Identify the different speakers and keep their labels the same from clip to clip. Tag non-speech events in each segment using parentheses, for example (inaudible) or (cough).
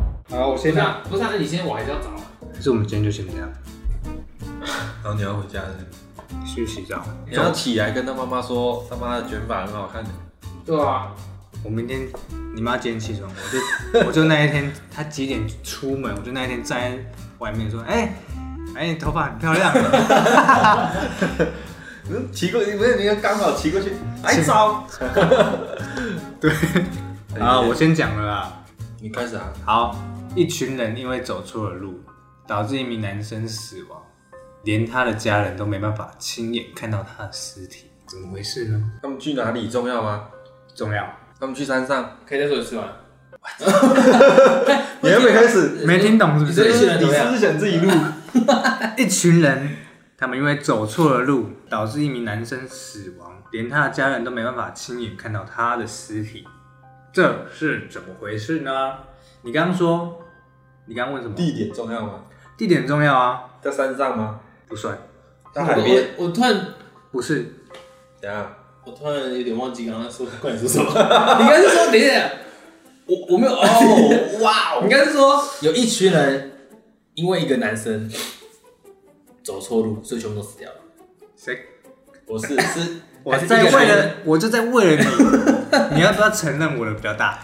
Speaker 1: 不是啊，不是啊，那你今天我还是要找啊。
Speaker 2: 可是我们今天就先这样，
Speaker 3: 然后你要回家是不是
Speaker 2: 去洗澡。
Speaker 3: 你要起来跟他妈妈说，他妈的卷发很好看的。
Speaker 1: 对啊，
Speaker 2: 我明天你妈几点起床？我 (laughs) 就我就那一天，她几点出门？我就那一天站在外面说，哎、哎、你头发很漂亮。 (laughs)
Speaker 3: 嗯，骑过，不是你刚好骑过去，来找。
Speaker 2: 对，啊，我先讲了啦。
Speaker 3: 你开始啊，
Speaker 2: 好，一群人因为走错了路，导致一名男生死亡，连他的家人都没办法亲眼看到他的尸体，怎么回事呢？
Speaker 3: 他们去哪里重要吗？
Speaker 2: 重要，
Speaker 3: 他们去山上，
Speaker 1: 可以再说一次吗？
Speaker 3: 你还没开始，
Speaker 2: 没听懂是不
Speaker 1: 你这一群
Speaker 2: 是？
Speaker 1: 人怎么样？
Speaker 3: 想自己录？
Speaker 2: 一群人，他们因为走错了路，导致一名男生死亡，连他的家人都没办法亲眼看到他的尸体，这是怎么回事呢？你刚刚说，你刚刚问什么？
Speaker 3: 地点重要吗？
Speaker 2: 地点重要啊？
Speaker 3: 在山上吗？
Speaker 2: 不算，
Speaker 3: 在海边？
Speaker 1: 我我我突然
Speaker 2: 不是，
Speaker 3: 怎样？
Speaker 1: 我突然有点忘记刚刚说怪你说什么。 (laughs) 你刚刚是说等一下，我我没有 (laughs) 哦，哇哦！你刚刚是说有一群人因为一个男生走错路，所以全部都死掉了。
Speaker 2: 谁？
Speaker 1: 我是是，
Speaker 2: (laughs) 我
Speaker 1: 还是
Speaker 2: 在
Speaker 1: 一个
Speaker 2: 为
Speaker 1: 人
Speaker 2: 了，我就在为了你，你 (laughs) 要不要承认我的比较大？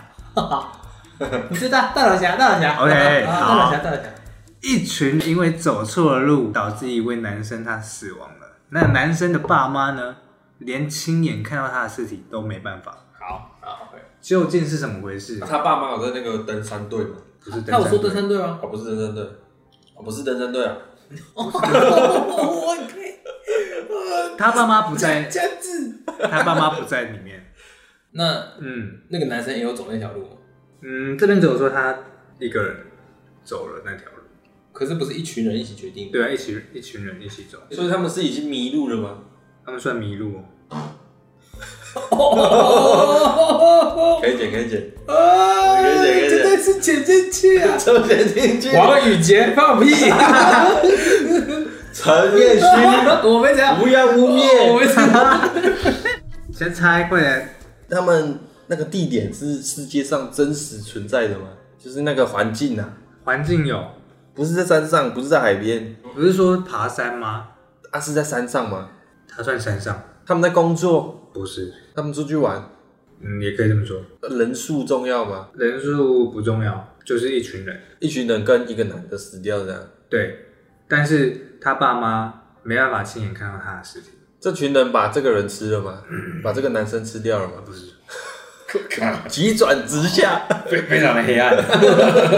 Speaker 1: 你是大大老侠，大老侠
Speaker 2: OK，
Speaker 1: 啊
Speaker 2: 好
Speaker 1: 大老侠，大老侠。
Speaker 2: 一群因为走错了路，导致一位男生他死亡了。那男生的爸妈呢，连亲眼看到他的尸体都没办法。
Speaker 1: 好，好，OK。
Speaker 2: 究竟是怎么回事？
Speaker 3: 他爸妈有在那个登山队吗？
Speaker 2: 不是
Speaker 1: 那我说
Speaker 2: 的
Speaker 1: 登山队吗？
Speaker 3: 哦，不是登山队，哦，不是登山队啊，
Speaker 1: 哦我
Speaker 2: 他爸妈不
Speaker 1: (laughs)
Speaker 2: 在，
Speaker 1: 这样子。
Speaker 2: 他爸妈不在里面。
Speaker 1: (laughs) 那
Speaker 2: 嗯
Speaker 1: 那个男生也有走那条路吗？
Speaker 2: 嗯，这边只有说他一个人走了那条路，
Speaker 1: 可是不是一群人一起决定的？
Speaker 2: 对啊，一起一群人一起走，
Speaker 3: 所以他们是已经迷路了吗？
Speaker 2: 他们算迷路哦。
Speaker 3: 可以剪，可以剪，
Speaker 1: 啊
Speaker 3: 可以剪可以剪
Speaker 1: 这再次剪进去啊！
Speaker 3: 抽剪进去
Speaker 1: 王宇杰放屁！ (laughs)
Speaker 3: 陈彦勋，
Speaker 1: 我们怎样？
Speaker 3: 不要污
Speaker 1: 哦我
Speaker 3: 蔑。
Speaker 1: 们怎样？
Speaker 2: 你先猜，快点！
Speaker 3: 他们那个地点是世界上真实存在的吗？就是那个环境啊，
Speaker 2: 环境有，
Speaker 3: 不是在山上，不是在海边，
Speaker 2: 不是说爬山吗？
Speaker 3: 啊，是在山上吗？
Speaker 2: 他算山上，
Speaker 3: 他们在工作，
Speaker 2: 不是？
Speaker 3: 他们出去玩，
Speaker 2: 嗯，也可以这么说。
Speaker 3: 人数重要吗？
Speaker 2: 人数不重要，就是一群人。
Speaker 3: 一群人跟一个男的死掉这样，
Speaker 2: 对，但是他爸妈没办法亲眼看到他的尸体，
Speaker 3: 这群人把这个人吃了吗？把这个男生吃掉了吗？不是，急转直下，
Speaker 2: (laughs) 非非常的黑暗。
Speaker 1: (laughs)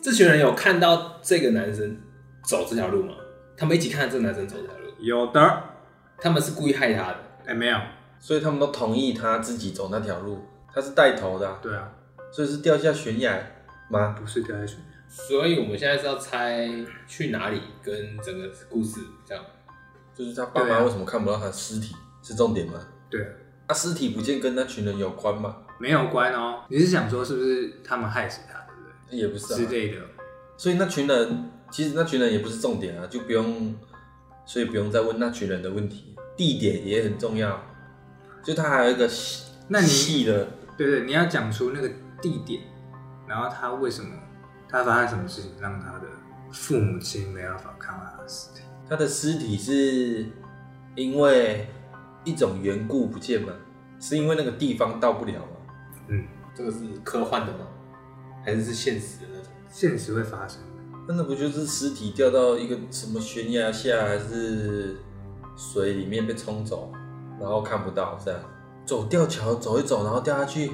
Speaker 1: 这群人有看到这个男生走这条路吗？他们一起看到这个男生走这条路，
Speaker 2: 有的，
Speaker 1: 他们是故意害他的。
Speaker 2: 哎，没有。
Speaker 3: 所以他们都同意他自己走那条路，他是带头的啊、
Speaker 2: 对啊，
Speaker 3: 所以是掉下悬崖吗？
Speaker 2: 不是掉下去。
Speaker 1: 所以我们现在是要猜去哪里，跟整个故事这样。
Speaker 3: 就是他爸
Speaker 2: 对
Speaker 3: 妈
Speaker 2: 啊
Speaker 3: 为什么看不到他的尸体是重点吗？
Speaker 2: 对啊，
Speaker 3: 他尸体不见跟那群人有关吗？
Speaker 2: 没有关哦。你是想说是不是他们害死他，对不对？
Speaker 3: 也不是、
Speaker 2: 之
Speaker 3: 啊，
Speaker 2: 类的。
Speaker 3: 所以那群人其实那群人也不是重点啊，就不用，所以不用再问那群人的问题。地点也很重要，就他还有一个细
Speaker 2: 那你
Speaker 3: 细的
Speaker 2: 对对，你要讲出那个地点，然后他为什么，他发生什么事情让他的父母亲没办法看到他的尸体？
Speaker 3: 他的尸体是因为一种缘故不见吗？是因为那个地方到不了吗？
Speaker 1: 这个是科幻的吗？还是是现实的那种？
Speaker 2: 现实会发生的。
Speaker 3: 那那不就是尸体掉到一个什么悬崖下，还是水里面被冲走，然后看不到这样？走吊桥走一走，然后掉下去，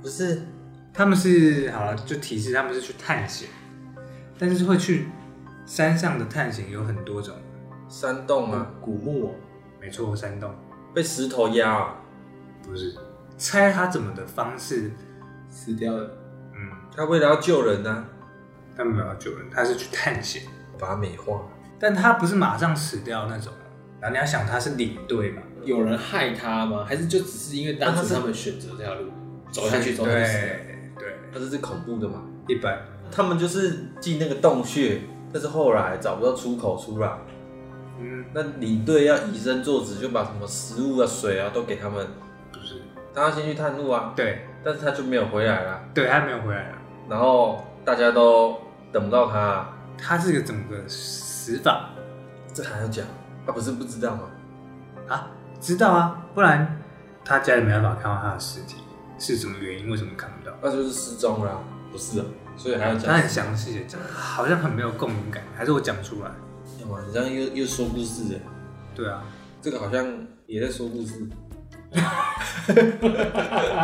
Speaker 3: 不是？
Speaker 2: 他们是好了，就提示他们是去探险，但是会去山上的探险有很多种，
Speaker 3: 山洞啊，
Speaker 1: 古墓哦，
Speaker 2: 没错，山洞
Speaker 3: 被石头压、啊，
Speaker 2: 不是猜他怎么的方式，
Speaker 1: 死掉了。
Speaker 2: 嗯，
Speaker 3: 他为了要救人啊，
Speaker 2: 他们没有救人，他是去探险，
Speaker 3: 把它美化。
Speaker 2: 但他不是马上死掉那种，然后你要想他是领队嘛，
Speaker 1: 有人害他吗？还是就只是因为当初他们选择这条路走下去之后他就死了？
Speaker 2: 对对，
Speaker 3: 但是是恐怖的嘛？
Speaker 2: 一般
Speaker 3: 他们就是进那个洞穴，但是后来找不到出口出来，
Speaker 2: 嗯
Speaker 3: 那领队要以身作则，就把什么食物啊、水啊都给他们。
Speaker 2: 不是
Speaker 3: 他要先去探路啊，
Speaker 2: 对
Speaker 3: 但是他就没有回来啦。
Speaker 2: 对，他没有回来了，
Speaker 3: 然后大家都等不到他、啊，
Speaker 2: 他是个怎么个死法
Speaker 3: 这还要讲？他不是不知道吗？
Speaker 2: 啊？知道啊，不然他家里没办法看到他的尸体，是什么原因？为什么看不到？
Speaker 3: 那就是失踪了啊、
Speaker 1: 不是啊，
Speaker 3: 所以还要讲
Speaker 2: 他。很详细的讲，好像很没有共鸣感，还是我讲不出来？
Speaker 3: 干嘛？哎你这样又又说故事耶？
Speaker 2: 对啊，
Speaker 3: 这个好像也在说故事。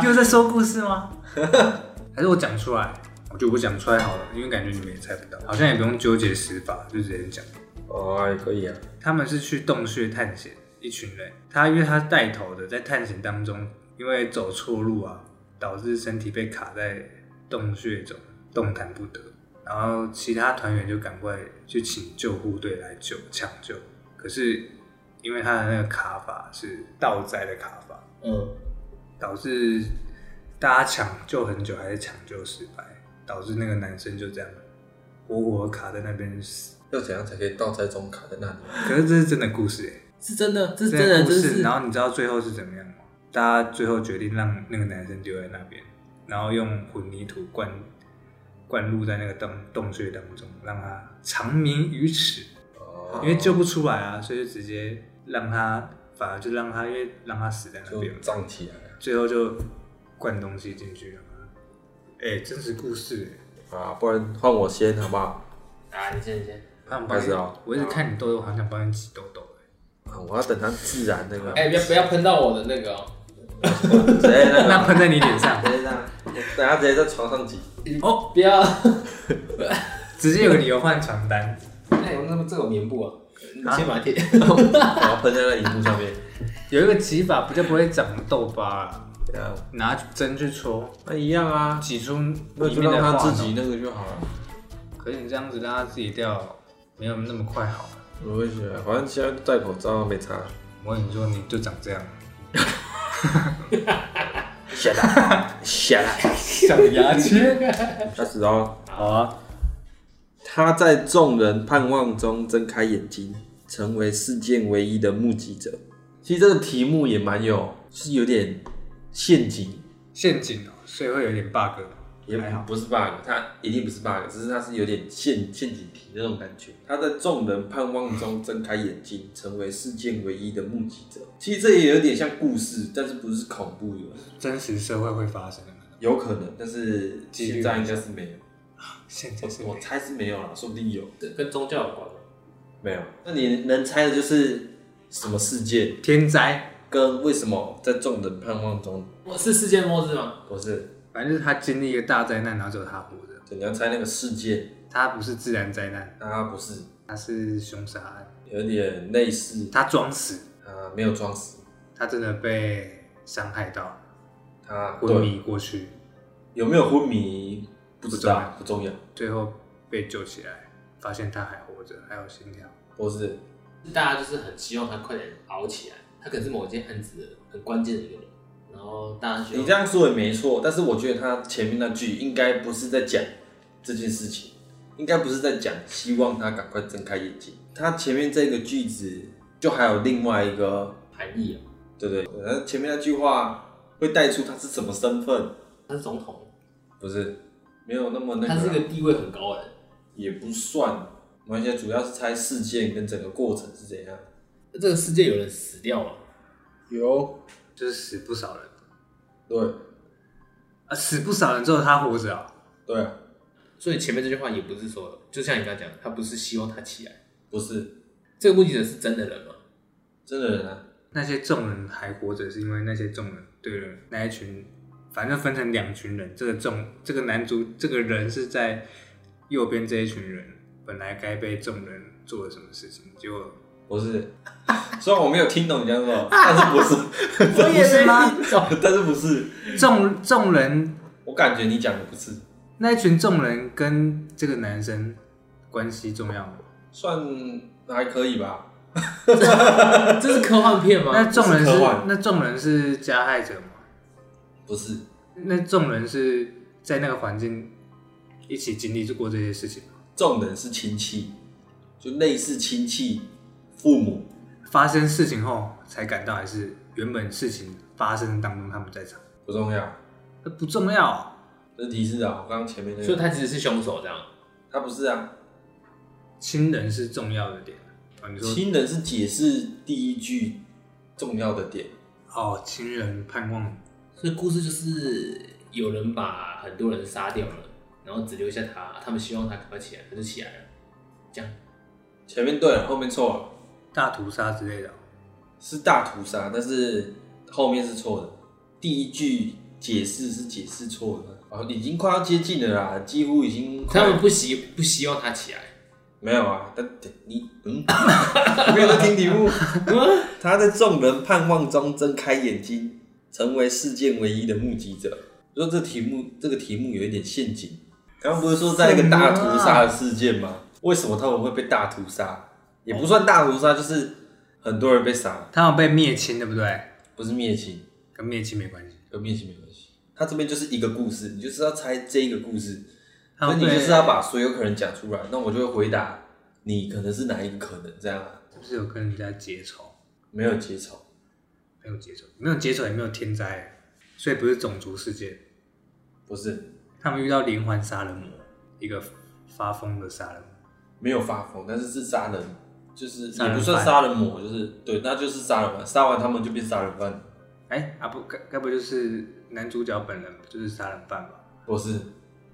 Speaker 2: 又在说故事吗？ (laughs) 还是我讲出来？我觉得我讲出来好了，因为感觉你们也猜不到，好像也不用纠结死法，就直接讲。
Speaker 3: 哦，也可以啊。
Speaker 2: 他们是去洞穴探险，一群人。他因为他是带头的，在探险当中，因为走错路啊，导致身体被卡在洞穴中，动弹不得。然后其他团员就赶快去请救护队来救抢救，可是因为他的那个卡法是倒栽的卡法，
Speaker 1: 嗯，
Speaker 2: 导致大家抢救很久还是抢救失败，导致那个男生就这样活活卡在那边死。
Speaker 3: 要怎样才可以倒栽中卡在那里？
Speaker 2: 可是这是真的故事哎、
Speaker 1: 是真的，这是
Speaker 2: 这
Speaker 1: 真的，
Speaker 2: 件故
Speaker 1: 这
Speaker 2: 事，
Speaker 1: 是
Speaker 2: 然后你知道最后是怎么样吗？大家最后决定让那个男生丢在那边，然后用混凝土灌灌入在那个洞洞穴当中，让他长鸣于此，
Speaker 3: 哦
Speaker 2: 因为救不出来啊，所以就直接让他，反而就让他，因为让他死在那边
Speaker 3: 就
Speaker 2: 嘛，
Speaker 3: 胀起来
Speaker 2: 最后就灌东西进去了。哎、真实故事、欸，
Speaker 3: 了啊，不然换我先好不好？
Speaker 1: 啊，你先你先，
Speaker 2: 他很
Speaker 3: 开始哦
Speaker 2: 我一直看你痘痘，好想帮你挤痘痘、欸。
Speaker 3: 啊，我要等它自然那个， (laughs)
Speaker 1: 哎，不要不要喷到我的那个哦，
Speaker 3: 直接那
Speaker 2: 那
Speaker 3: 个，
Speaker 2: 喷在你脸
Speaker 1: (laughs)
Speaker 2: 上，
Speaker 3: 直接这样，等下直接在床上挤。
Speaker 2: 哦，
Speaker 1: 不 (laughs) 要，
Speaker 2: 直接有个理由换床单。
Speaker 1: 哎，那么这有棉布啊，你先把它贴，
Speaker 3: 我要喷在那荧幕上面。
Speaker 2: 有一个挤法比较不会长痘疤啊，
Speaker 3: 对啊，
Speaker 2: 拿针去戳，
Speaker 3: 那一样啊，
Speaker 2: 挤出
Speaker 3: 那
Speaker 2: 里
Speaker 3: 就
Speaker 2: 面的
Speaker 3: 让它
Speaker 2: 化
Speaker 3: 自
Speaker 2: 脓
Speaker 3: 己。那个就好了。
Speaker 2: 可是你这样子让它自己掉，没有那么快好。
Speaker 3: 我会觉得，啊反正现在戴口罩没 (laughs) 差。
Speaker 2: 我跟你说，你就长这样，
Speaker 3: 下来，下来。
Speaker 1: 长牙签，
Speaker 3: 开始哦。
Speaker 2: (laughs) 好啊。
Speaker 3: 他在众人盼望中睁开眼睛，成为事件唯一的目击者。其实这个题目也蛮有，是有点陷阱，
Speaker 2: 陷阱哦，所以会有点 bug。
Speaker 3: 也
Speaker 2: 还好
Speaker 3: 不是 bug，它一定不是 bug，只是它是有点陷陷阱题那种感觉。他在众人盼望中睁开眼睛，成为事件唯一的目击者。其实这也有点像故事，但是不是恐怖的，
Speaker 2: 真实社会会发生的那种
Speaker 3: 有可能，但是现在应该是没有。
Speaker 2: 陷阱是
Speaker 3: 我我猜是没有了，说不定有，
Speaker 1: 这跟宗教有关吗？
Speaker 3: 没有。那你能猜的就是什么事件？
Speaker 2: 天灾，
Speaker 3: 跟为什么在众人盼望中
Speaker 1: 我哦是世界末日吗？
Speaker 3: 不是？
Speaker 2: 反正就是他经历一个大灾难，然后只有他活着。
Speaker 3: 对，你要猜那个事件，
Speaker 2: 他不是自然灾难，
Speaker 3: 它不是，
Speaker 2: 他是凶杀案，
Speaker 3: 有点类似，
Speaker 2: 他装死，
Speaker 3: 它没有装死，
Speaker 2: 他真的被伤害到，
Speaker 3: 它
Speaker 2: 昏
Speaker 3: 对
Speaker 2: 迷过去，
Speaker 3: 有没有昏迷不知
Speaker 2: 不重
Speaker 3: 道
Speaker 2: 要，
Speaker 3: 不重要，
Speaker 2: 最后被救起来，发现他还活着，还有心跳。
Speaker 3: 不是，
Speaker 1: 大家就是很希望他快点熬起来，他可能是某一件案子的很关键的一个人，然后大家希望
Speaker 3: 你这样说也没错，但是我觉得他前面那句应该不是在讲这件事情，应该不是在讲希望他赶快睁开眼睛，他前面这个句子就还有另外一个，
Speaker 1: 含义啊，
Speaker 3: 对不对？呃前面那句话会带出他是什么身份，
Speaker 1: 他是总统，
Speaker 3: 不是，没有那么那个
Speaker 1: 他
Speaker 3: 啦。
Speaker 1: 是一个地位很高的人。
Speaker 3: 也不算，我们现在主要是猜事件跟整个过程是怎样。
Speaker 1: 那这个世界有人死掉吗？
Speaker 3: 有，
Speaker 2: 就是死不少人
Speaker 3: 对
Speaker 2: 啊，死不少人之后他活着啊、
Speaker 3: 对啊，
Speaker 1: 所以前面这句话也不是说，就像你刚刚讲的，他不是希望他起来。
Speaker 3: 不是
Speaker 1: 这个目击者是真的人吗？
Speaker 3: 真的人啊，
Speaker 2: 那些众人还活着，是因为那些众人对了那一群，反正分成两群人。这个众这个男主这个人是在右边这一群人，本来该被众人做了什么事情，结果
Speaker 3: 不是。 (laughs) 虽然我没有听懂你讲
Speaker 2: (laughs)
Speaker 3: 什么，但是不是，
Speaker 2: 我也没
Speaker 3: 但是不是？ (laughs) 但是不是？
Speaker 2: 众众人
Speaker 3: 我感觉你讲的不是，
Speaker 2: 那一群众人跟这个男生关系重要吗？
Speaker 3: 算还可以吧。
Speaker 1: (laughs) 这是科幻片吗？
Speaker 2: 那众人
Speaker 3: 啊
Speaker 2: 是
Speaker 3: 这是科幻
Speaker 2: 那众人是加害者吗？
Speaker 3: 不是，
Speaker 2: 那众人是在那个环境一起经历过这些事情吗？
Speaker 3: 众人是亲戚，就类似亲戚、父母，
Speaker 2: 发生事情后才赶到，还是原本事情发生当中他们在场？呃
Speaker 3: 不重要。
Speaker 2: 那不重要、
Speaker 3: 这是提示啊，我刚刚前面那
Speaker 1: 所以
Speaker 3: 个，
Speaker 1: 他其实是凶手这样。
Speaker 3: 他不是啊，
Speaker 2: 亲人是重要的点啊。你说
Speaker 3: 亲人是解释第一句重要的点，
Speaker 2: 哦，亲人盼望
Speaker 1: 所以故事就是有人把很多人杀掉了，然后只留下他，他们希望他赶快起来，他就起来了。这样
Speaker 3: 前面对了，后面错了，
Speaker 2: 大屠杀之类的哦，
Speaker 3: 是大屠杀，但是后面是错的，第一句解释是解释错的，哦，已经快要接近了啦，几乎已经快
Speaker 1: 他们不希不希望他起来，
Speaker 3: 没有啊，但你嗯，没有在听题目。他在众人盼望中睁开眼睛，成为事件唯一的目击者。你说这题目，这个题目有一点陷阱。刚刚不是说在一个大屠杀的事件吗？为什么他们会被大屠杀？也不算大屠杀，就是很多人被杀，
Speaker 2: 他们被灭亲，对不对？
Speaker 3: 不是灭亲，
Speaker 2: 跟灭亲没关系，
Speaker 3: 跟灭亲没关系。他这边就是一个故事，你就是要猜这一个故事。
Speaker 2: 他
Speaker 3: 那
Speaker 2: 们
Speaker 3: 你
Speaker 2: 被
Speaker 3: 就是要把所有可能讲出来，那我就会回答你可能是哪一个可能这样啊，
Speaker 2: 是不是有跟人家结仇？
Speaker 3: 没有结仇，
Speaker 2: 没有结仇，没有结仇也没有天灾，所以不是种族事件。
Speaker 3: 不是
Speaker 2: 他们遇到连环杀人魔，一个发疯的杀人魔，
Speaker 3: 没有发疯，但是是杀人，就是
Speaker 2: 杀
Speaker 3: 也
Speaker 2: 人
Speaker 3: 不算杀人魔，就是对，那就是杀人犯，杀完他们就变杀人犯，
Speaker 2: 哎、啊不，该该不就是男主角本人就是杀人犯吧？
Speaker 3: 不是，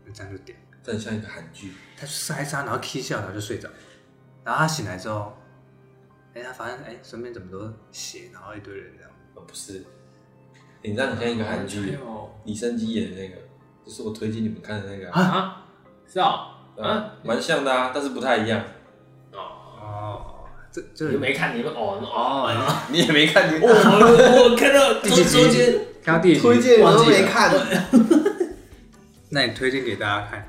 Speaker 2: 那这样就点，
Speaker 3: 这很像一个韩剧，
Speaker 2: 他就杀一杀，然后 k 笑，然后就睡着，然后他醒来之后，哎、他发现哎、身边怎么都是血，然后一堆人这样，
Speaker 3: 呃，不是，你这样很像一个韩剧，
Speaker 1: 哦
Speaker 3: 李昇基演的那个，就是我推荐你们看的那个啊，
Speaker 1: 啊，是哦，
Speaker 3: 啊，蛮像的啊，但是不太一样，
Speaker 1: 哦，
Speaker 2: 哦，这这
Speaker 1: 你
Speaker 2: 人
Speaker 1: 们没看，你们哦哦，
Speaker 3: 你也没看，你
Speaker 1: 我我看到
Speaker 2: 第几集
Speaker 1: 中间
Speaker 2: 看到第几集
Speaker 3: 荐
Speaker 1: 我都没
Speaker 3: 看，
Speaker 2: (laughs) 那你推荐给大家看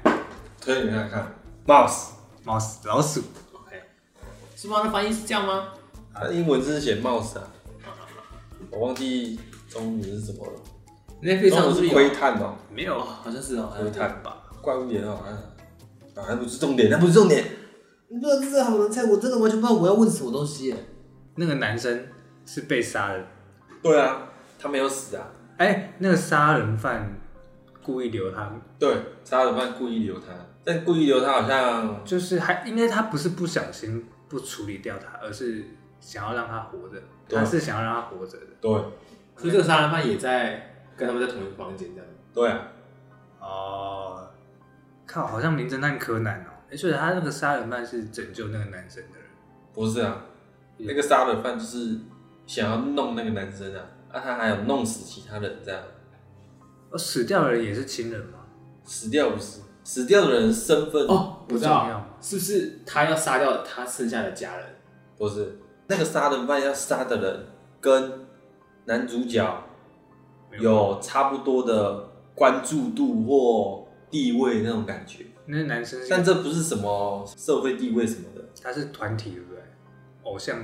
Speaker 3: 推荐你们看，Mouse。
Speaker 2: 猫死老鼠，
Speaker 1: ，OK，是吗？那翻译是这样吗？
Speaker 3: 他啊英文字是写 mouse 啊，我忘记中文是什么了。
Speaker 1: 那配
Speaker 3: 中
Speaker 1: 上
Speaker 3: 文
Speaker 1: 是
Speaker 3: 是
Speaker 1: 有
Speaker 3: 窥探哦，
Speaker 2: 没
Speaker 1: 哦，
Speaker 2: 有
Speaker 1: 好像是哦，好
Speaker 3: 窥
Speaker 1: 像是
Speaker 3: 探
Speaker 2: 吧？
Speaker 3: 怪物脸哦，啊，啊，那不是重点，那不是重点。你不知道这是好难猜，我真的完全不知道我要问什么东西。
Speaker 2: 那个男生是被杀的，
Speaker 3: 对啊，他没有死啊。
Speaker 2: 哎、那个杀人犯故意留他，
Speaker 3: 对，杀人犯故意留他，但故意留他好像
Speaker 2: 就是还应该他不是不小心不处理掉他，而是想要让他活着，
Speaker 3: 对
Speaker 2: 他是想要让他活着的。
Speaker 3: 对
Speaker 1: 所以这个杀人犯也在跟他们在同一个房间这样。
Speaker 3: 对啊，
Speaker 2: 哦，靠，好像名侦探柯南哦、哎，所以他那个杀人犯是拯救那个男生的人，
Speaker 3: 不是啊，那个杀人犯就是想要弄那个男生啊，啊，他还有弄死其他人这样，
Speaker 2: 哦，死掉的人也是亲人吗？
Speaker 3: 死掉不是，死掉的人身份
Speaker 1: 哦，我知
Speaker 2: 不重要
Speaker 1: 道，是不是他要杀掉他剩下的家人？
Speaker 3: 不是，那个杀人犯要杀的人跟男主角
Speaker 2: 没
Speaker 3: 有差不多的关注度或地位那种感觉，
Speaker 2: 那个男生
Speaker 3: 但
Speaker 2: 是
Speaker 3: 这不是什么社会地位什么的，
Speaker 2: 他是团体对不对？偶像，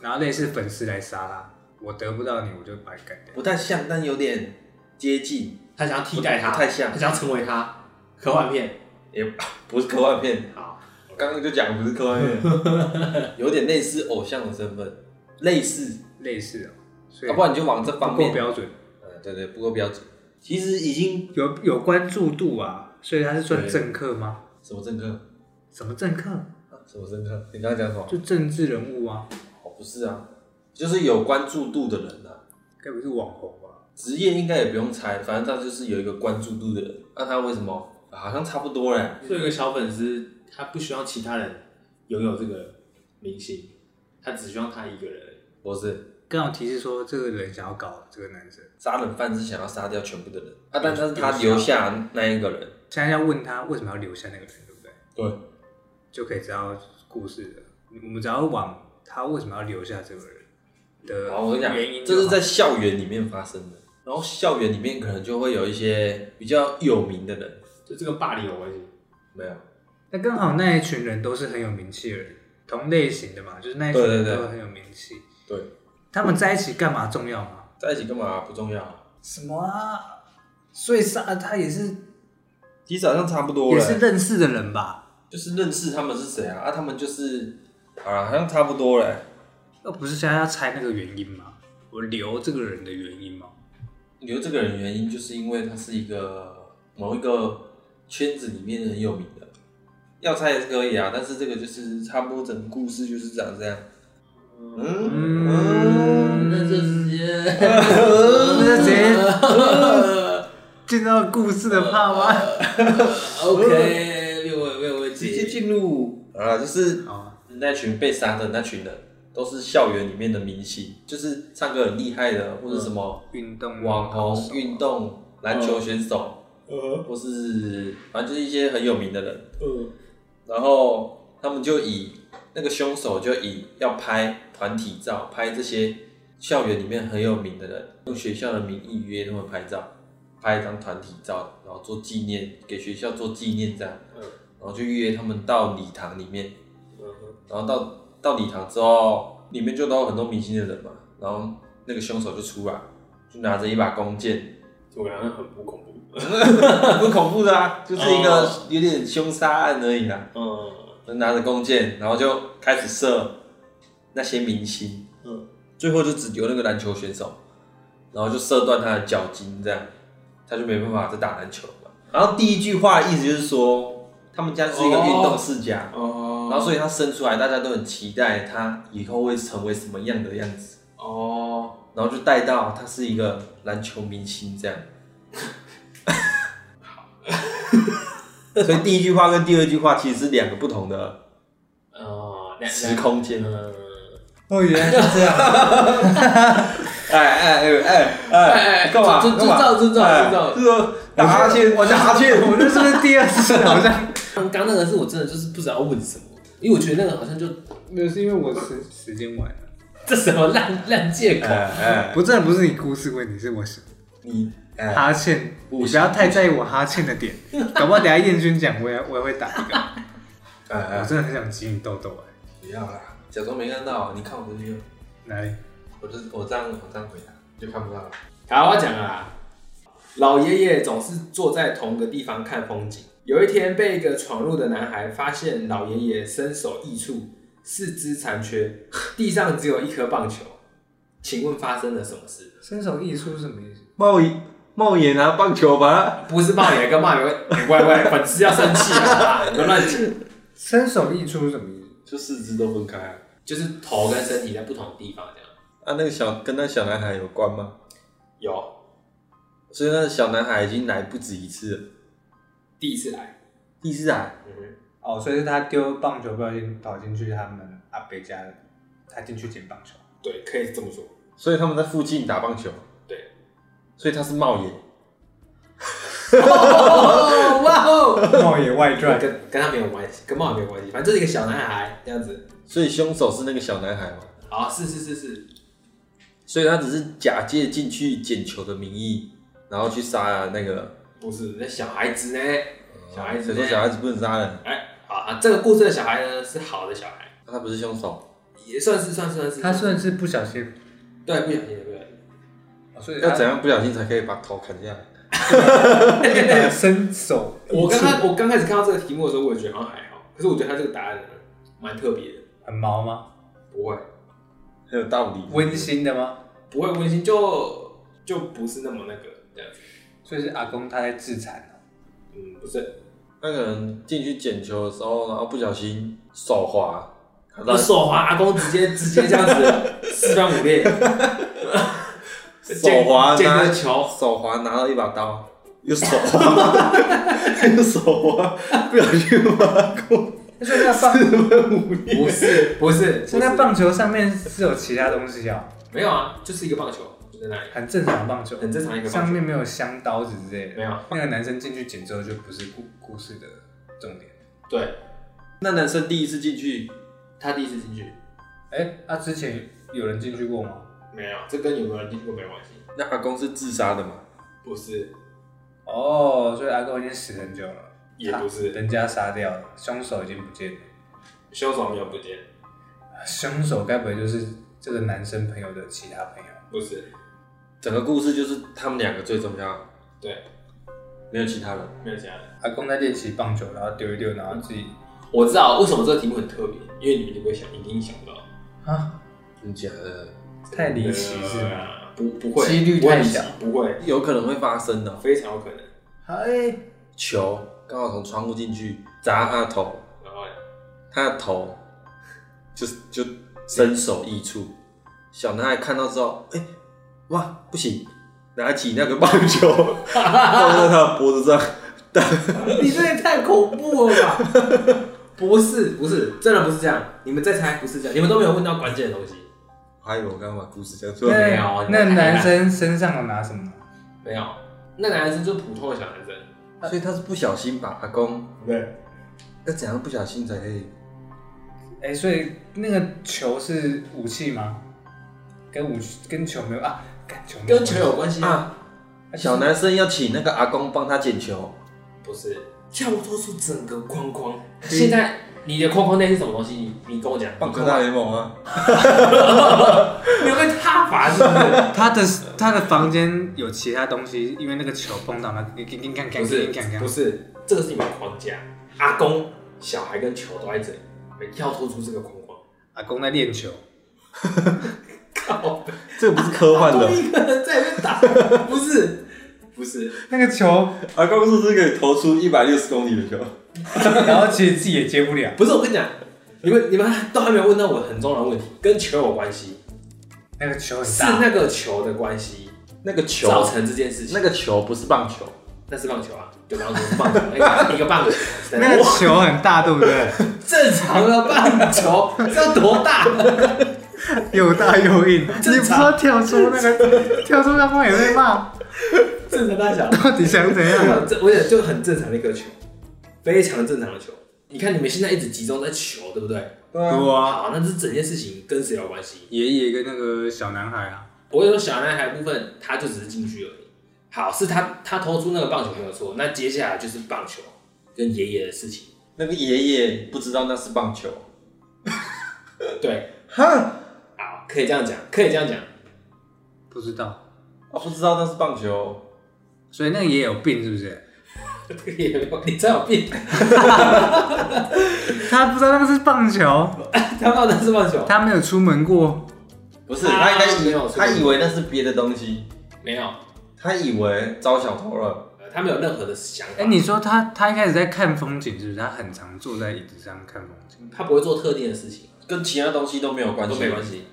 Speaker 2: 然后类似粉丝来杀他，我得不到你，我就把你干掉。
Speaker 3: 不太像，但有点接近，
Speaker 1: 他想要替代他，
Speaker 3: 不太像
Speaker 1: 他想要成为他，科幻片。
Speaker 3: 也不是科幻片。
Speaker 1: 好，
Speaker 3: 刚刚就讲不是科幻片，有点类似偶像的身份，类似，
Speaker 2: 类似哦、所以
Speaker 3: 要、不然你就往这
Speaker 2: 不
Speaker 3: 方
Speaker 2: 够
Speaker 3: 面，
Speaker 2: 标准，
Speaker 3: 呃，对对，不够标准。其实已经
Speaker 2: 有有关注度啊，所以他是算政客吗？
Speaker 3: 什么政客，
Speaker 2: 什么政客？
Speaker 3: 啊什么政客，你刚刚讲什么？
Speaker 2: 就政治人物啊，
Speaker 3: 哦，不是啊，就是有关注度的人啊，
Speaker 2: 该不是网红吧？
Speaker 3: 职业应该也不用猜，反正他就是有一个关注度的人。那他为什么啊好像差不多嘞？
Speaker 1: 所以有个小粉丝，他不希望其他人拥有这个明星，他只希望他一个人。
Speaker 3: 不是，
Speaker 2: 刚好提示说这个人想要搞这个男生，
Speaker 3: 杀人犯是想要杀掉全部的人啊，但他是他留下那一个人。
Speaker 2: 现在要问他为什么要留下那个人，对不对？
Speaker 3: 对，
Speaker 2: 就可以知道故事了。我们只要往他为什么要留下这个人的
Speaker 3: 然后我跟你讲
Speaker 2: 原因，，
Speaker 3: 这是在校园里面发生的。然后校园里面可能就会有一些比较有名的人，
Speaker 1: 就这个霸凌有关系。
Speaker 3: 没有，
Speaker 2: 那刚好那一群人都是很有名气的人，同类型的嘛，就是那一群
Speaker 3: 对对
Speaker 2: 人
Speaker 3: 对
Speaker 2: 都很有名气。
Speaker 3: 对，
Speaker 2: 他们在一起干嘛重要吗？
Speaker 3: 在一起干嘛不重要，
Speaker 2: 什么啊？所以杀他也是
Speaker 3: 其实好像差不多
Speaker 2: 也
Speaker 3: 嘞，
Speaker 2: 是认识的人吧？
Speaker 3: 就是认识他们是谁啊？啊，他们就是啊，好像差不多嘞。
Speaker 2: 那不是现在要猜那个原因吗？我留这个人的原因吗？
Speaker 3: 留这个人原因就是因为他是一个某一个圈子里面很有名的，要猜也是可以啊，但是这个就是差不多整个故事就是长这样。
Speaker 2: 嗯
Speaker 3: 嗯，
Speaker 1: 那就直接，
Speaker 2: 呃那直接进到故事的怕吗？
Speaker 1: OK，没有问没有问
Speaker 3: 直接
Speaker 1: 题。
Speaker 3: 进入啊，就是
Speaker 2: 好，
Speaker 3: 那群被杀的那群人，都是校园里面的明星，就是唱歌很厉害的，或者什么
Speaker 2: 运动
Speaker 3: 网红、运动、篮球选手，
Speaker 1: 呃
Speaker 3: 或是反正就是一些很有名的人。
Speaker 1: 呃，
Speaker 3: 然后他们就以那个凶手就以要拍团体照，拍这些校园里面很有名的人，用学校的名义约他们拍照，拍一张团体照，然后做纪念，给学校做纪念这样。
Speaker 1: 嗯
Speaker 3: 然后就约他们到礼堂里面，
Speaker 1: 嗯
Speaker 3: 然后到到礼堂之后，里面就都有很多明星的人嘛，然后那个凶手就出来，就拿着一把弓箭， (laughs)
Speaker 1: 我感觉很不恐怖。
Speaker 3: 不恐怖的啊，就是一个
Speaker 1: 哦
Speaker 3: 有点凶杀案而已啊。
Speaker 1: 嗯
Speaker 3: 就拿着弓箭，然后就开始射那些明星，
Speaker 1: 嗯
Speaker 3: 最后就只留那个篮球选手，然后就射断他的脚筋，这样他就没办法再打篮球了嘛。然后第一句话的意思就是说，他们家是一个运动世家，
Speaker 1: 哦
Speaker 3: 然后所以他生出来，大家都很期待他以后会成为什么样的样子，
Speaker 1: 哦，
Speaker 3: 然后就带到他是一个篮球明星
Speaker 1: (laughs)
Speaker 3: 这样。 (laughs) 所以第一句话跟第二句话其实是两个不同的
Speaker 1: 哦，
Speaker 3: 时空间。
Speaker 1: 嗯，
Speaker 2: 哦，原来是这样。
Speaker 3: (laughs) 哎哎哎哎哎，干嘛？
Speaker 1: 尊
Speaker 3: 干嘛
Speaker 1: 尊重尊重
Speaker 3: 哎
Speaker 1: 尊重
Speaker 3: 是说打哈欠， (laughs) 我打哈欠。
Speaker 2: 我们这是不是第二次好像？
Speaker 1: 刚刚那个是我真的就是不知道问什么，因为我觉得那个好像就
Speaker 2: 那是因为我时时间晚了。
Speaker 1: 这什么烂烂借口
Speaker 3: 哎。哎，
Speaker 2: 不，这不是你故事问题，是我是
Speaker 3: 你哎，
Speaker 2: 哈欠。
Speaker 3: 不
Speaker 2: 你不
Speaker 3: 行
Speaker 2: 要太在意我哈欠的
Speaker 3: (laughs)
Speaker 2: 点，搞不好等下燕君讲，我也我也会打一个。
Speaker 3: 哎
Speaker 2: 我
Speaker 3: (laughs) 哎，
Speaker 2: 真的很想挤你痘痘哎。
Speaker 3: 不要啦，假装没看到。你看我的video，
Speaker 2: 来，
Speaker 3: 我这我这样我这样回答就看不到了。
Speaker 1: 好，我要讲了啦。老爷爷总是坐在同个地方看风景。有一天，被一个闯入的男孩发现老爷爷身首异处，四肢残缺，地上只有一颗棒球。请问发生了什么事？
Speaker 2: 伸手艺术是什么意思？
Speaker 3: 冒冒眼拿棒球吧，
Speaker 1: 不是骂你，跟骂你，喂喂，粉丝要生气了，不要乱讲。
Speaker 2: 伸手艺术是什么意思？
Speaker 3: 就四肢都分开啊。
Speaker 1: 就是头跟身体在不同的地方这样。
Speaker 3: 啊，那个小跟那小男孩有关吗？
Speaker 1: 有
Speaker 3: 所以那个小男孩已经来不止一次了。
Speaker 1: 第一次来，
Speaker 3: 第四啊，
Speaker 1: 嗯，
Speaker 2: 哦，所以是他丢棒球不小心跑进去他们阿北家的，他进去捡棒
Speaker 1: (laughs)
Speaker 2: 球。
Speaker 1: 对，可以这么说。
Speaker 3: 所以他们在附近打棒球，
Speaker 1: 对，
Speaker 3: 所以他是冒眼。
Speaker 1: 哦哇哦，
Speaker 2: 《茂野外传》
Speaker 1: 跟跟他没有关系，跟帽没有关系，反正就是一个小男孩这样子。
Speaker 3: 所以凶手是那个小男孩吗？
Speaker 1: 好，啊是是是是，
Speaker 3: 所以他只是假借进去捡球的名义，然后去杀了那个
Speaker 1: 不是那小孩子呢？小孩子
Speaker 3: 谁说
Speaker 1: 呢
Speaker 3: 小孩子不能杀人？
Speaker 1: 哎，好啊，这个故事的小孩呢是好的小孩，
Speaker 3: 他不是凶手，
Speaker 1: 也算是算是算
Speaker 2: (laughs)
Speaker 1: 是，
Speaker 2: 他算是不小心，
Speaker 1: 对不小心的，不小心哦
Speaker 2: 所以
Speaker 3: 要
Speaker 2: 他
Speaker 3: 怎样不小心才可以把头砍下来？
Speaker 2: 样 (laughs) 伸手艺
Speaker 1: 的。
Speaker 2: 术？
Speaker 1: 我刚刚我刚开始看到这个题目的时候，我也觉得好像还好，可是我觉得他这个答案呢蛮特别的，
Speaker 2: 很毛吗？
Speaker 1: 不会
Speaker 3: 很有道理。
Speaker 2: 温馨的吗？
Speaker 1: 不会温馨，就就不是那么那个这样子。
Speaker 2: 所以是阿公他在自残啊
Speaker 1: 嗯，不是，
Speaker 3: 那个人进去捡球的时候，然后不小心手滑，卡到
Speaker 1: 那手滑，阿公直接直接这样子四分五裂，
Speaker 3: 手滑
Speaker 1: 见
Speaker 3: 拿
Speaker 1: 个球，
Speaker 3: 手滑拿到一把刀，又手滑， (laughs) 又手滑，不小心滑过
Speaker 2: 哦。所以那棒，
Speaker 1: 不是不是，
Speaker 2: 所以那棒球上面是有其他东西哦，
Speaker 1: 没有啊，就是一个棒球就在那里，
Speaker 2: 很正常的棒球，
Speaker 1: 很正常一个棒
Speaker 2: 上
Speaker 1: 球，
Speaker 2: 面没有镶刀子之类
Speaker 1: 没
Speaker 2: 的。
Speaker 1: 有，啊
Speaker 2: 那个男生进去捡之后就不是故故事的重点。
Speaker 1: 对
Speaker 3: 那男生第一次进去，
Speaker 1: 他第一次进去。
Speaker 2: 哎，那之前有人进去过吗？
Speaker 1: 没有，这跟有没有人经过没关系。
Speaker 3: 那阿公是自杀的嘛？
Speaker 1: 不是，
Speaker 2: 哦，所以阿公已经死很久了。
Speaker 1: 也
Speaker 4: 啊
Speaker 1: 不是，
Speaker 2: 人家杀掉了，凶手已经不见了。
Speaker 1: 凶手没有不见，
Speaker 2: 凶手该不会就是这个男生朋友的其他朋友？
Speaker 1: 不是，
Speaker 3: 整个故事就是他们两个最重要，
Speaker 1: 对，
Speaker 3: 没有其他人。
Speaker 1: 没有其他人。
Speaker 2: 阿公在练习棒球，然后丢一丢，然后自己
Speaker 1: 我知道为什么这个题目很特别，因为你们一定会想，一定想不到，
Speaker 2: 啊，
Speaker 3: 真假的？
Speaker 2: 太离奇是
Speaker 4: 啊
Speaker 2: 吗？
Speaker 1: 吗？不，不会，
Speaker 2: 几率
Speaker 1: 不会
Speaker 2: 太小
Speaker 1: 呃不会，
Speaker 3: 有可能会发生的。哦
Speaker 1: 非常有可能。
Speaker 2: 哎，
Speaker 3: 球刚好从窗户进去砸他头，他的头就就身首异处。小男孩看到之后，哎、哇，不行，拿起那个棒球放在他的脖子上，
Speaker 4: 你这也太恐怖了吧！不是不是，真的不是这样，你们在猜不是这样，你们都没有问到关键的东西。
Speaker 3: 还有我刚刚把故事讲出来，
Speaker 4: 对
Speaker 2: 那
Speaker 4: 啊
Speaker 2: 那男生身上有拿什么？
Speaker 4: 没有，那男生就普通的小男生，
Speaker 3: 所以他是不小心吧？阿公
Speaker 4: 对，
Speaker 3: 要怎样不小心才可以？
Speaker 2: 哎、所以那个球是武器吗？跟武跟球没有啊？干球没
Speaker 4: 跟球有关系啊？
Speaker 3: 啊，小男生要请那个阿公帮他捡球，
Speaker 4: 不是，跳脱出整个框框。现在你的框框内是什么东西？你你跟我讲，
Speaker 3: 棒球大联盟啊，
Speaker 4: 你会被踏伐是不是？
Speaker 2: 他的他的房间有其他东西，因为那个球碰到了，你你你看看
Speaker 4: 不
Speaker 2: 你
Speaker 4: 是
Speaker 2: 看看
Speaker 4: 不，是，这个是你们的框架。阿公、小孩跟球都在这里，你跳脱出这个框框。
Speaker 2: 阿公在练球，
Speaker 4: 靠！
Speaker 3: 这个不是科幻的
Speaker 4: 我。一个人在那边打，不是，不是，
Speaker 2: 那个球，
Speaker 3: 阿公是不是可以投出一百六十公里的球？
Speaker 2: (laughs) 然后其实自己也接不了，
Speaker 4: 不是。我跟你讲，你们你们都还没有问到我很重要的问题，跟球有关系，
Speaker 2: 那个球很
Speaker 4: 是
Speaker 2: 大，
Speaker 4: 那个球的关系
Speaker 3: 那个球，
Speaker 4: 造成这件事情。
Speaker 3: 那个球不是棒球，
Speaker 4: 那是棒球啊，就刚刚说是棒球，那个一个棒球，
Speaker 2: 那个球很大，对不 (laughs) 对？
Speaker 4: 正常的棒球是要多大？
Speaker 2: 又大又硬，你不
Speaker 4: 正常
Speaker 2: 知道跳出那个 (laughs) 跳出那块也被骂，
Speaker 4: 正常大小，
Speaker 2: 到底想怎样啊？
Speaker 4: 这我也就很正常的一个球，非常正常的球。你看你们现在一直集中在球，对不对？
Speaker 3: 对
Speaker 2: 多啊，
Speaker 4: 好，那这整件事情跟谁有关系？
Speaker 2: 爷爷跟那个小男孩啊，
Speaker 4: (laughs) 我跟你说，小男孩部分他就只是进去而已。好，是他他投出那个棒球没有错，那接下来就是棒球跟爷爷的事情。
Speaker 3: 那个爷爷不知道那是棒球，
Speaker 4: 对，
Speaker 3: 哈，
Speaker 4: 好，可以这样讲，可以这样讲。
Speaker 2: 不知道，
Speaker 3: 我哦不知道那是棒球，
Speaker 2: 所以那个爷爷有病是不是？
Speaker 4: 这个 (laughs) 也没有，你真有病，
Speaker 2: 他不知道那个是棒球，
Speaker 4: 他到底是棒球？
Speaker 2: 他没有出门过，
Speaker 3: 不是，
Speaker 4: 啊
Speaker 3: 他应该
Speaker 4: 没
Speaker 3: 以
Speaker 4: 有是
Speaker 3: 他以为那是别的东西，
Speaker 4: 没有，
Speaker 3: 他以为招小偷了，
Speaker 4: 呃他没有任何的想法。
Speaker 2: 哎、你说他他一开始在看风景是不是？他很常坐在椅子上看风景，
Speaker 4: 他不会做特定的事情，
Speaker 3: 跟其他东西都没有关
Speaker 4: 都
Speaker 3: 系，
Speaker 4: 没关。系。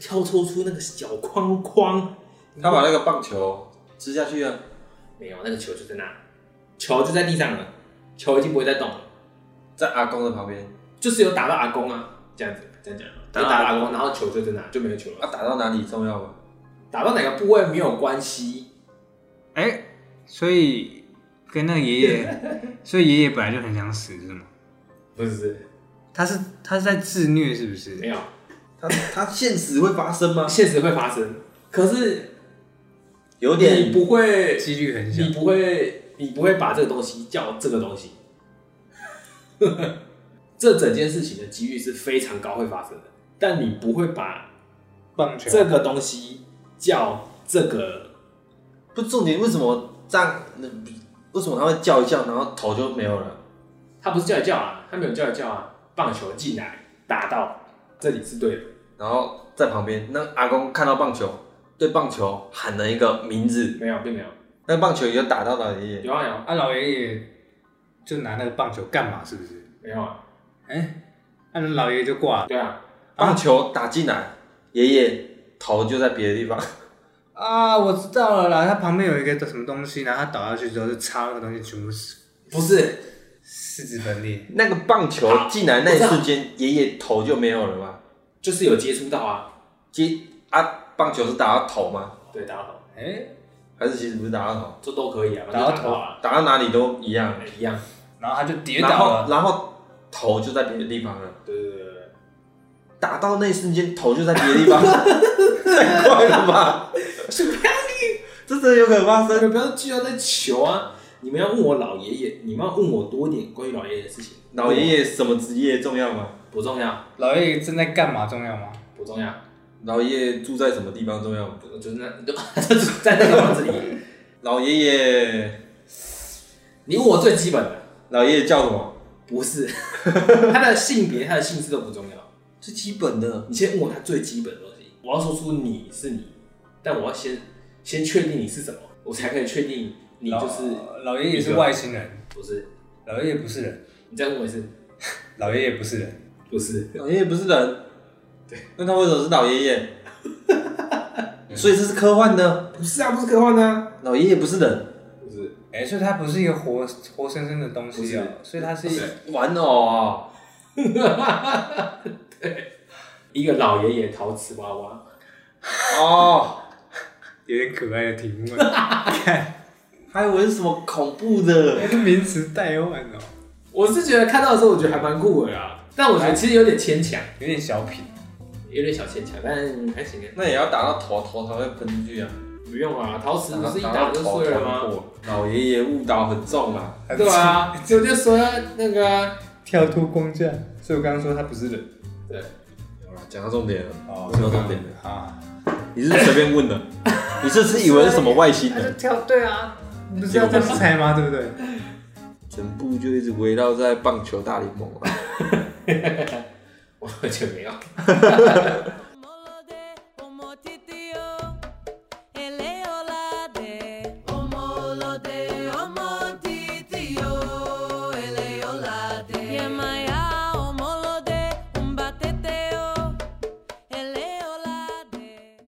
Speaker 4: 跳脱出那个小框框，
Speaker 3: 他把那个棒球吃下去啊了，
Speaker 4: 没有那个球就在那，球就在地上了，球已经不会再动了，
Speaker 3: 在阿公的旁边，
Speaker 4: 就是有打到阿公啊，这样子这样讲，
Speaker 2: 打
Speaker 4: 打
Speaker 2: 到
Speaker 4: 到
Speaker 2: 阿公
Speaker 4: 阿公，然后球就在那，就没有球了。
Speaker 3: 啊，打到哪里重要吗？
Speaker 4: 打到哪个部位没有关系，
Speaker 2: 哎、所以跟那个爷 (laughs) 爷，所以爷爷本来就很想死是吗？
Speaker 4: 不是不是
Speaker 2: 他是他是在自虐是不
Speaker 4: 没
Speaker 2: 是？
Speaker 4: 有，
Speaker 3: 他他现实会发生吗？
Speaker 4: 现实会发生，可是
Speaker 3: 有
Speaker 4: 你
Speaker 3: 点
Speaker 4: 不会，
Speaker 2: 几率很小
Speaker 4: 你，不会，你不会把这个东西叫这个东西， (laughs) 这整件事情的几率是非常高会发生的，但你不会把
Speaker 2: 棒球
Speaker 4: 这个东西叫这个，
Speaker 3: 不重点，为什么这样？那为什么他会叫一叫，然后头就没有了？
Speaker 4: 他不是叫一叫啊，他没有叫一叫啊，棒球进来打到这里是对的，
Speaker 3: 然后在旁边，那阿公看到棒球，对棒球喊了一个名字，
Speaker 4: 没有，并没有，
Speaker 3: 那棒球也打到了爷爷。
Speaker 4: 有啊有啊
Speaker 2: 啊，老爷爷就拿那个棒球干嘛？是不是？
Speaker 4: 没有啊，
Speaker 2: 哎、那、老爷爷就挂了
Speaker 4: 对啊，
Speaker 3: 棒球打进来，爷爷头就在别的地方， (laughs)
Speaker 2: 啊！我知道了啦，他旁边有一个什么东西，然后他倒下去之后就插那个东西，全部是
Speaker 4: 不是
Speaker 2: 四肢分裂。
Speaker 3: 那个棒球进来那一瞬间，爷爷头就没有了嘛？
Speaker 4: 就是有接触到啊，
Speaker 3: 接啊，棒球是打到头吗？
Speaker 4: 对打到
Speaker 2: 哎、
Speaker 3: 还是其实不是打到头，
Speaker 4: 头这都可以啊，
Speaker 2: 打到
Speaker 4: 反正
Speaker 2: 头
Speaker 4: 到啊，
Speaker 3: 打到哪里都一样。
Speaker 4: 一样，
Speaker 2: 然后他就跌
Speaker 3: 然
Speaker 2: 倒
Speaker 3: 后
Speaker 2: 了。
Speaker 3: 然后头就在别的地方了，
Speaker 4: 对对对对对。
Speaker 3: 打到那一瞬间头就在别的地方，太快了吧？这真的有可能发
Speaker 4: 但
Speaker 3: 生。
Speaker 4: 是不要聚焦在球啊！你们要问我老爷爷，你们要问我多点关于老爷爷的事情。
Speaker 3: 老爷爷什么职业重要吗？
Speaker 4: 不重要，
Speaker 2: 老爷爷正在干嘛重要吗？
Speaker 4: 不重要，
Speaker 3: 老爷爷住在什么地方重要吗？
Speaker 4: 就是那就 (laughs) 就是在那个房子里。
Speaker 3: 老爷爷，
Speaker 4: 你问我最基本的，
Speaker 3: 老爷爷叫什么？
Speaker 4: 不
Speaker 3: (laughs)
Speaker 4: 是他的性别、他的姓氏都不重要。
Speaker 3: 最基本的。
Speaker 4: 你先问我他最基本的东西，我要说出你是你，但我要先先确定你是什么，我才可以确定你就是
Speaker 3: 哦
Speaker 2: 老老爷爷是外星人，
Speaker 4: 不是。
Speaker 2: 老爷爷不是人，
Speaker 4: 你再问我一次，
Speaker 2: 老爷爷不是人，
Speaker 1: 不是，
Speaker 3: 老爷爷不是人，对，那他为什么是老爷爷？ (laughs) 所以这是科幻呢？
Speaker 1: 不是啊，不是科幻啊，
Speaker 3: 老爷爷不是人，
Speaker 1: 不是，
Speaker 2: 哎、所以它不是一个活活生生的东西哦，所以它是一
Speaker 3: 玩偶啊、
Speaker 1: 一个老爷爷陶瓷娃娃，
Speaker 3: 哦，
Speaker 2: 有点可爱的题目，啊 (laughs)
Speaker 3: 还以为是什么恐怖的？
Speaker 2: 这名词代换哦，
Speaker 1: 我是觉得看到的时候，我觉得还蛮酷的啦，但我觉得其实有点牵强，
Speaker 2: 有点小品。
Speaker 1: 有点小牵强，但还行啊。
Speaker 3: 那也要打到头，头才会喷出去啊！
Speaker 1: 不用啊，陶瓷不
Speaker 3: 到
Speaker 1: 是一打就碎
Speaker 3: 打到头才
Speaker 1: 了
Speaker 3: 会
Speaker 1: 吗？
Speaker 3: 破？老爷爷误导很重啊！
Speaker 1: 对啊， (laughs) 就就说那个 (laughs) 啊，
Speaker 2: 跳脱框架，所以我刚刚说它不是人。
Speaker 1: 对，
Speaker 3: 好啦讲到重点了，
Speaker 2: 哦
Speaker 3: 讲到重点了。
Speaker 2: 啊，
Speaker 3: 你是不是随便 (laughs) 问的？你这是以为是什么外星
Speaker 2: 它就
Speaker 3: 人？
Speaker 2: 跳，对啊，你不是要这样猜吗？对不对？
Speaker 3: 全部就一直围绕在棒球大联盟啊！
Speaker 1: 我觉得没有。
Speaker 5: Omolode, omotitio, eleolade. Omolode, omotitio, eleolade. Yema